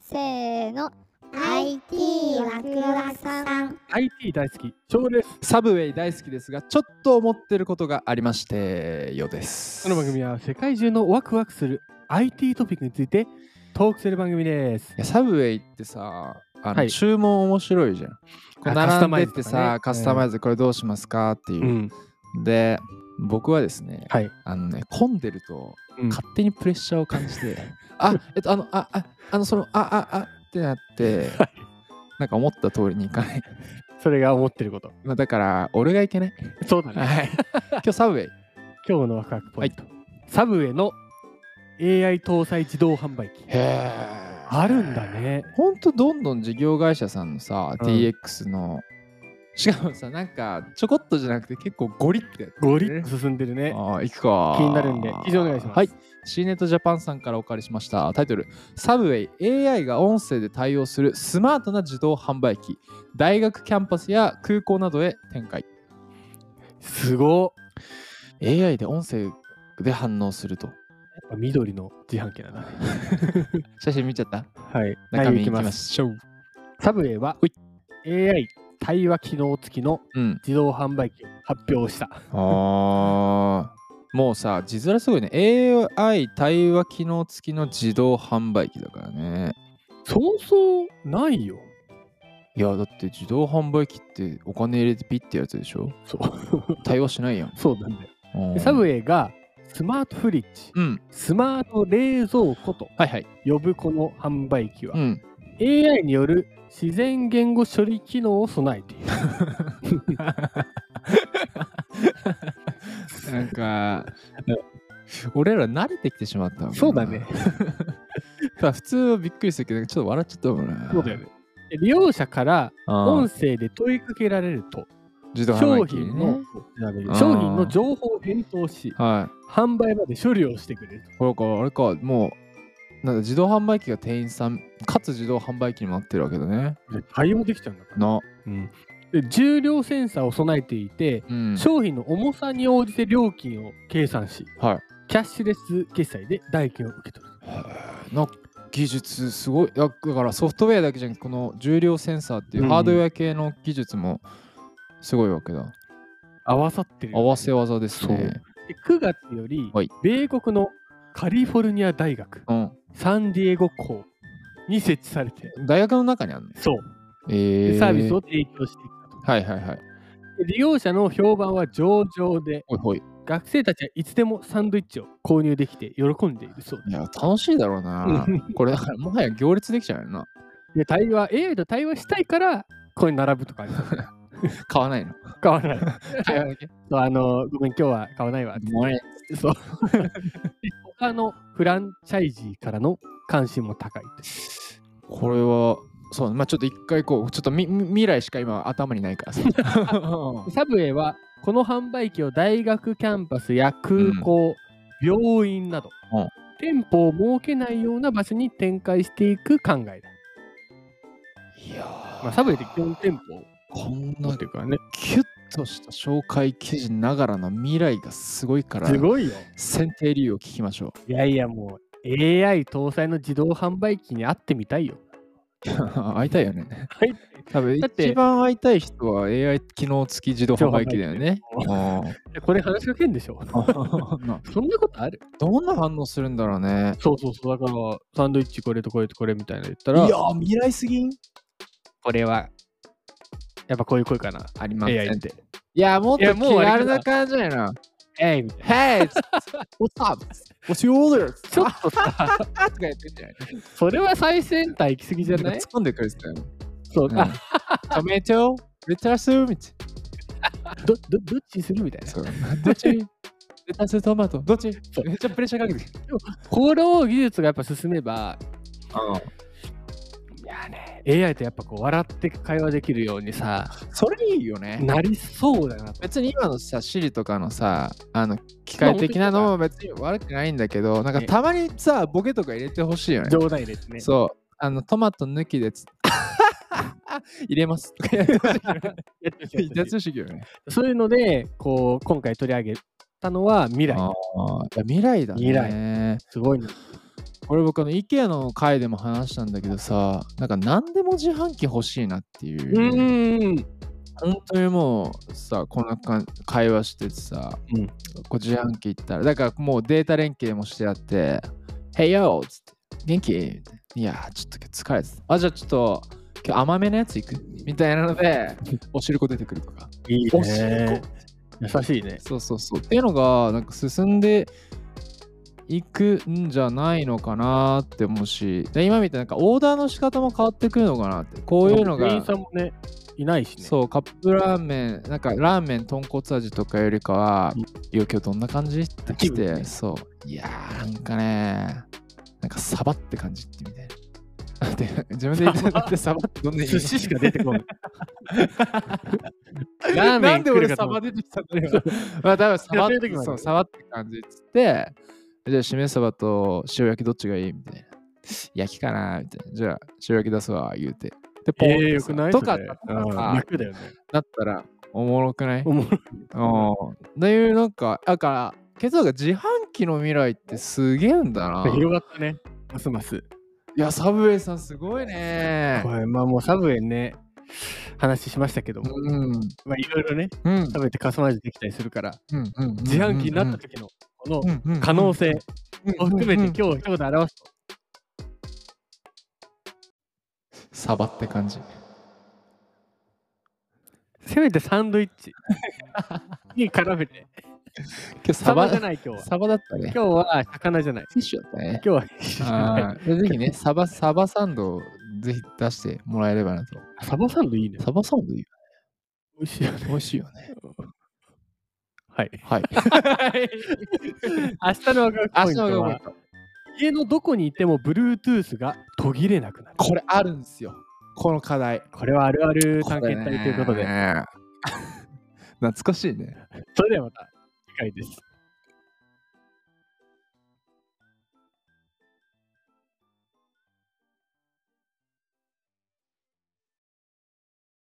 せーの IT ワクワクさん IT 大好き、超です。サブウェイ大好きですが、ちょっと思ってることがありまして、ようです。この番組は世界中のワクワクする IT トピックについてトークする番組ですい。やサブウェイってさ、あのはい注文面白いじゃん。こうあカスタ並んマでイっズてとかねさ、カスタマイズこれどうしますかっていうう。ん。で、僕はですね、はい。あのね、混んでるとうん勝手にプレッシャーを感じて、 あ、えっと、あの、あ、あ、あの、その、あ、あ、あってなって、なんか思った通りにいかない。それが思ってること。まあだから、俺がいけない。そうだね。はい。 今日サブウェイ。今日のワクワクポイント。サブウェイの AI 搭載自動販売機。へあるんだね。ほんとどんどん事業会社さんのさ、うん DX のしかもさなんかちょこっとじゃなくて結構ゴリってやってるねゴリッと進んでるね。ああ行くか気になるんで以上お願いしますはい C ネットジャパンさんからお借りしましたタイトルサブウェイ AI が音声で対応するスマートな自動販売機大学キャンパスや空港などへ展開すごっ。 AI で音声で反応するとやっぱ緑の自販機なんだね。写真見ちゃったはい。中身いきいきま。ますしょうサブウェイはほい AI 対話機能付きのうん自動販売機を発表した。あーもうさ字面すごいね AI 対話機能付きの自動販売機だからねそうそうないよ。いやだって自動販売機ってお金入れてピッてやつでしょそう。対話しな いやんそうなんだよ。うんサブウェイがスマートフリッジ、うんスマート冷蔵庫とはいはい呼ぶこの販売機は、うん AI による自然言語処理機能を備えている。 なんか 俺ら慣れてきてしまったもんなそうだね。さ普通はびっくりするけどちょっと笑っちゃったもんねそうだよね。で利用者からうん音声で問いかけられると、自動販商売機品にのね、調べ商品の情報を返答し、はい販売まで処理をしてくれると。これかあれかもうなんだ自動販売機が店員さんかつ自動販売機にもなってるわけだね対応できちゃうんだから。なで重量センサーを備えていて、うん商品の重さに応じて料金を計算し、はいキャッシュレス決済で代金を受け取る。の技術すごいだだからソフトウェアだけじゃなくてこの重量センサーっていううんハードウェア系の技術もすごいわけだ、合わさってるよね、合わせ技ですねで9月より、はい米国のカリフォルニア大学う、サンディエゴ校に設置されて、ん、大学の中にあるのそう、えでサービスをを提供していくと、はいはいはいで利用者の評判は上々で、ほいほい学生たちはいつでもサンドイッチを購入できて喜んでいるそういや楽しいだろう なうんこれだからもはや行列できちゃうよな でで対話 AI と対話したいからここに並ぶとかありますね買わ ないの買わない買わなきゃそうあのごめん今日は買わないわってもうねそう他のフランチャイジーからの関心も高いですこれはそうまあちょっと一回こうちょっとみみ未来しか今頭にな いからさうんサブウェイはこの販売機を大学キャンパスや空港、病院など、うん店舗を設けないような場所に展開していく考えだ、いやーまあ、サブウェイって基本店舗をこん持なってるからねキュッとした紹介記事ながらの未来がすごいからすごいよ選定理由を聞きましょいやいやもう AI 搭載の自動販売機に会ってみたいよう 会いたいよね会い多分だって一番会いたい人は AI 機能付き自動販売機だよねこれ話しかけんでしょうん な そんなことあるどんな反応するんだろうねそうそうそうだからサンドイッチこれとこれとこれみたいなの言ったいらー未来すぎんこれはやっぱこういう声かなありませ AI んっていやもっいやと気もうあれ軽かな感じやなえいみたい Hey it's- what's up what's your order なちょっと さあとかやってんじゃないそれは最先端行き過ぎじゃない突っ込んでくれてたよそう、あトメトレタスみたいどどどっちにするみたいななそうどっちレタストマトどっちそうめっちゃプレッシャーかけてきてこの技術がやっぱ進めばうんいやね AI とやっぱこう笑って会話できるようにさそれいいよね。 なりそうだなと別に今のさ、シリとかのさ、あの、機械的なのも別に悪くないんだけど、なんかねたまにさ、ボケとか入れてほしいよね。冗談入れて ねそう。あの、トマト抜きでつ、 入れ ます。とかやってほしいよねやってほしいやってほ離し脱主義よね。いそういうのでこう今回取り上げたのは未来ああ、いや未来だね。未来すごいねこれ僕あの IKEA の回でも話したんだけどさなんか何でも自販機欲しいなっていうう、ん。本当にもうさこんなかん会話しててさ、うんこう自販機行ったらだからもうデータ連携もしてあって「Hey yo!」っつって「元気?みたいな」いやーちょっと今日疲れてたあじゃあちょっと今日甘めのやつ行く?」みたいなのでお汁粉出てくるとかいいおしっね。優しいね。そうそうそうっていうのがなんか進んでいくんじゃないのかなって思うしで今みたいになんかオーダーの仕方も変わってくるのかなってこういうのが店員さんもね、いないしね。そうカップラーメンなんかラーメン豚骨味とかよりかは「よ今日どんな感じ?」って気来分て、ねそういやーなんかねなんかサバって感じってみたいな で自分で言ってだってサバってどんな意味寿司しか出てこ ない。 ラーメンなんで来俺るかとサ思バっ出てきたんだよまあ多分サバっいや出てこないてそうサバって感じっつってじゃあしめサバと塩焼きどっちがいいみたいな焼きかなみたいなじゃあ塩焼き出すわ言うてでポンええ、ってよさくないとかそれだったらうんさ楽だよね。だったらおもろくないおもろいうん。だいうなんか、だから、結論が自販機の未来ってすげえんだな。い広がったね。ますます。や、サブウェイさんすごいねこ。れまあもうサブウェイね、話しましたけども、うん。うん。まあいろいろね、うん。食べてカスタマイズできたりするから、うん。うん自販機になった時のこのの可能性を含めて日。今日一言表すと、サバって感じ。せめてサンドイッチに絡めて、今日ササババじゃない今日は。サバだったね。今日は魚じゃない。フィッシュだったね。今日は一緒じゃないあー ぜひね、サバ、サバサンドをぜひ出してもらえればなと。サバサンドいいね。サバサンドいいよ美味しいよね。美味しいよね。 はい。 はい。 明日のワクワクポイ足ンのト上は家のどこにいても Bluetooth が途切れなくなる。これあるんですよ。この課題。これはあるある探検隊ということで、 ね。懐かしいね。それではまた次回です。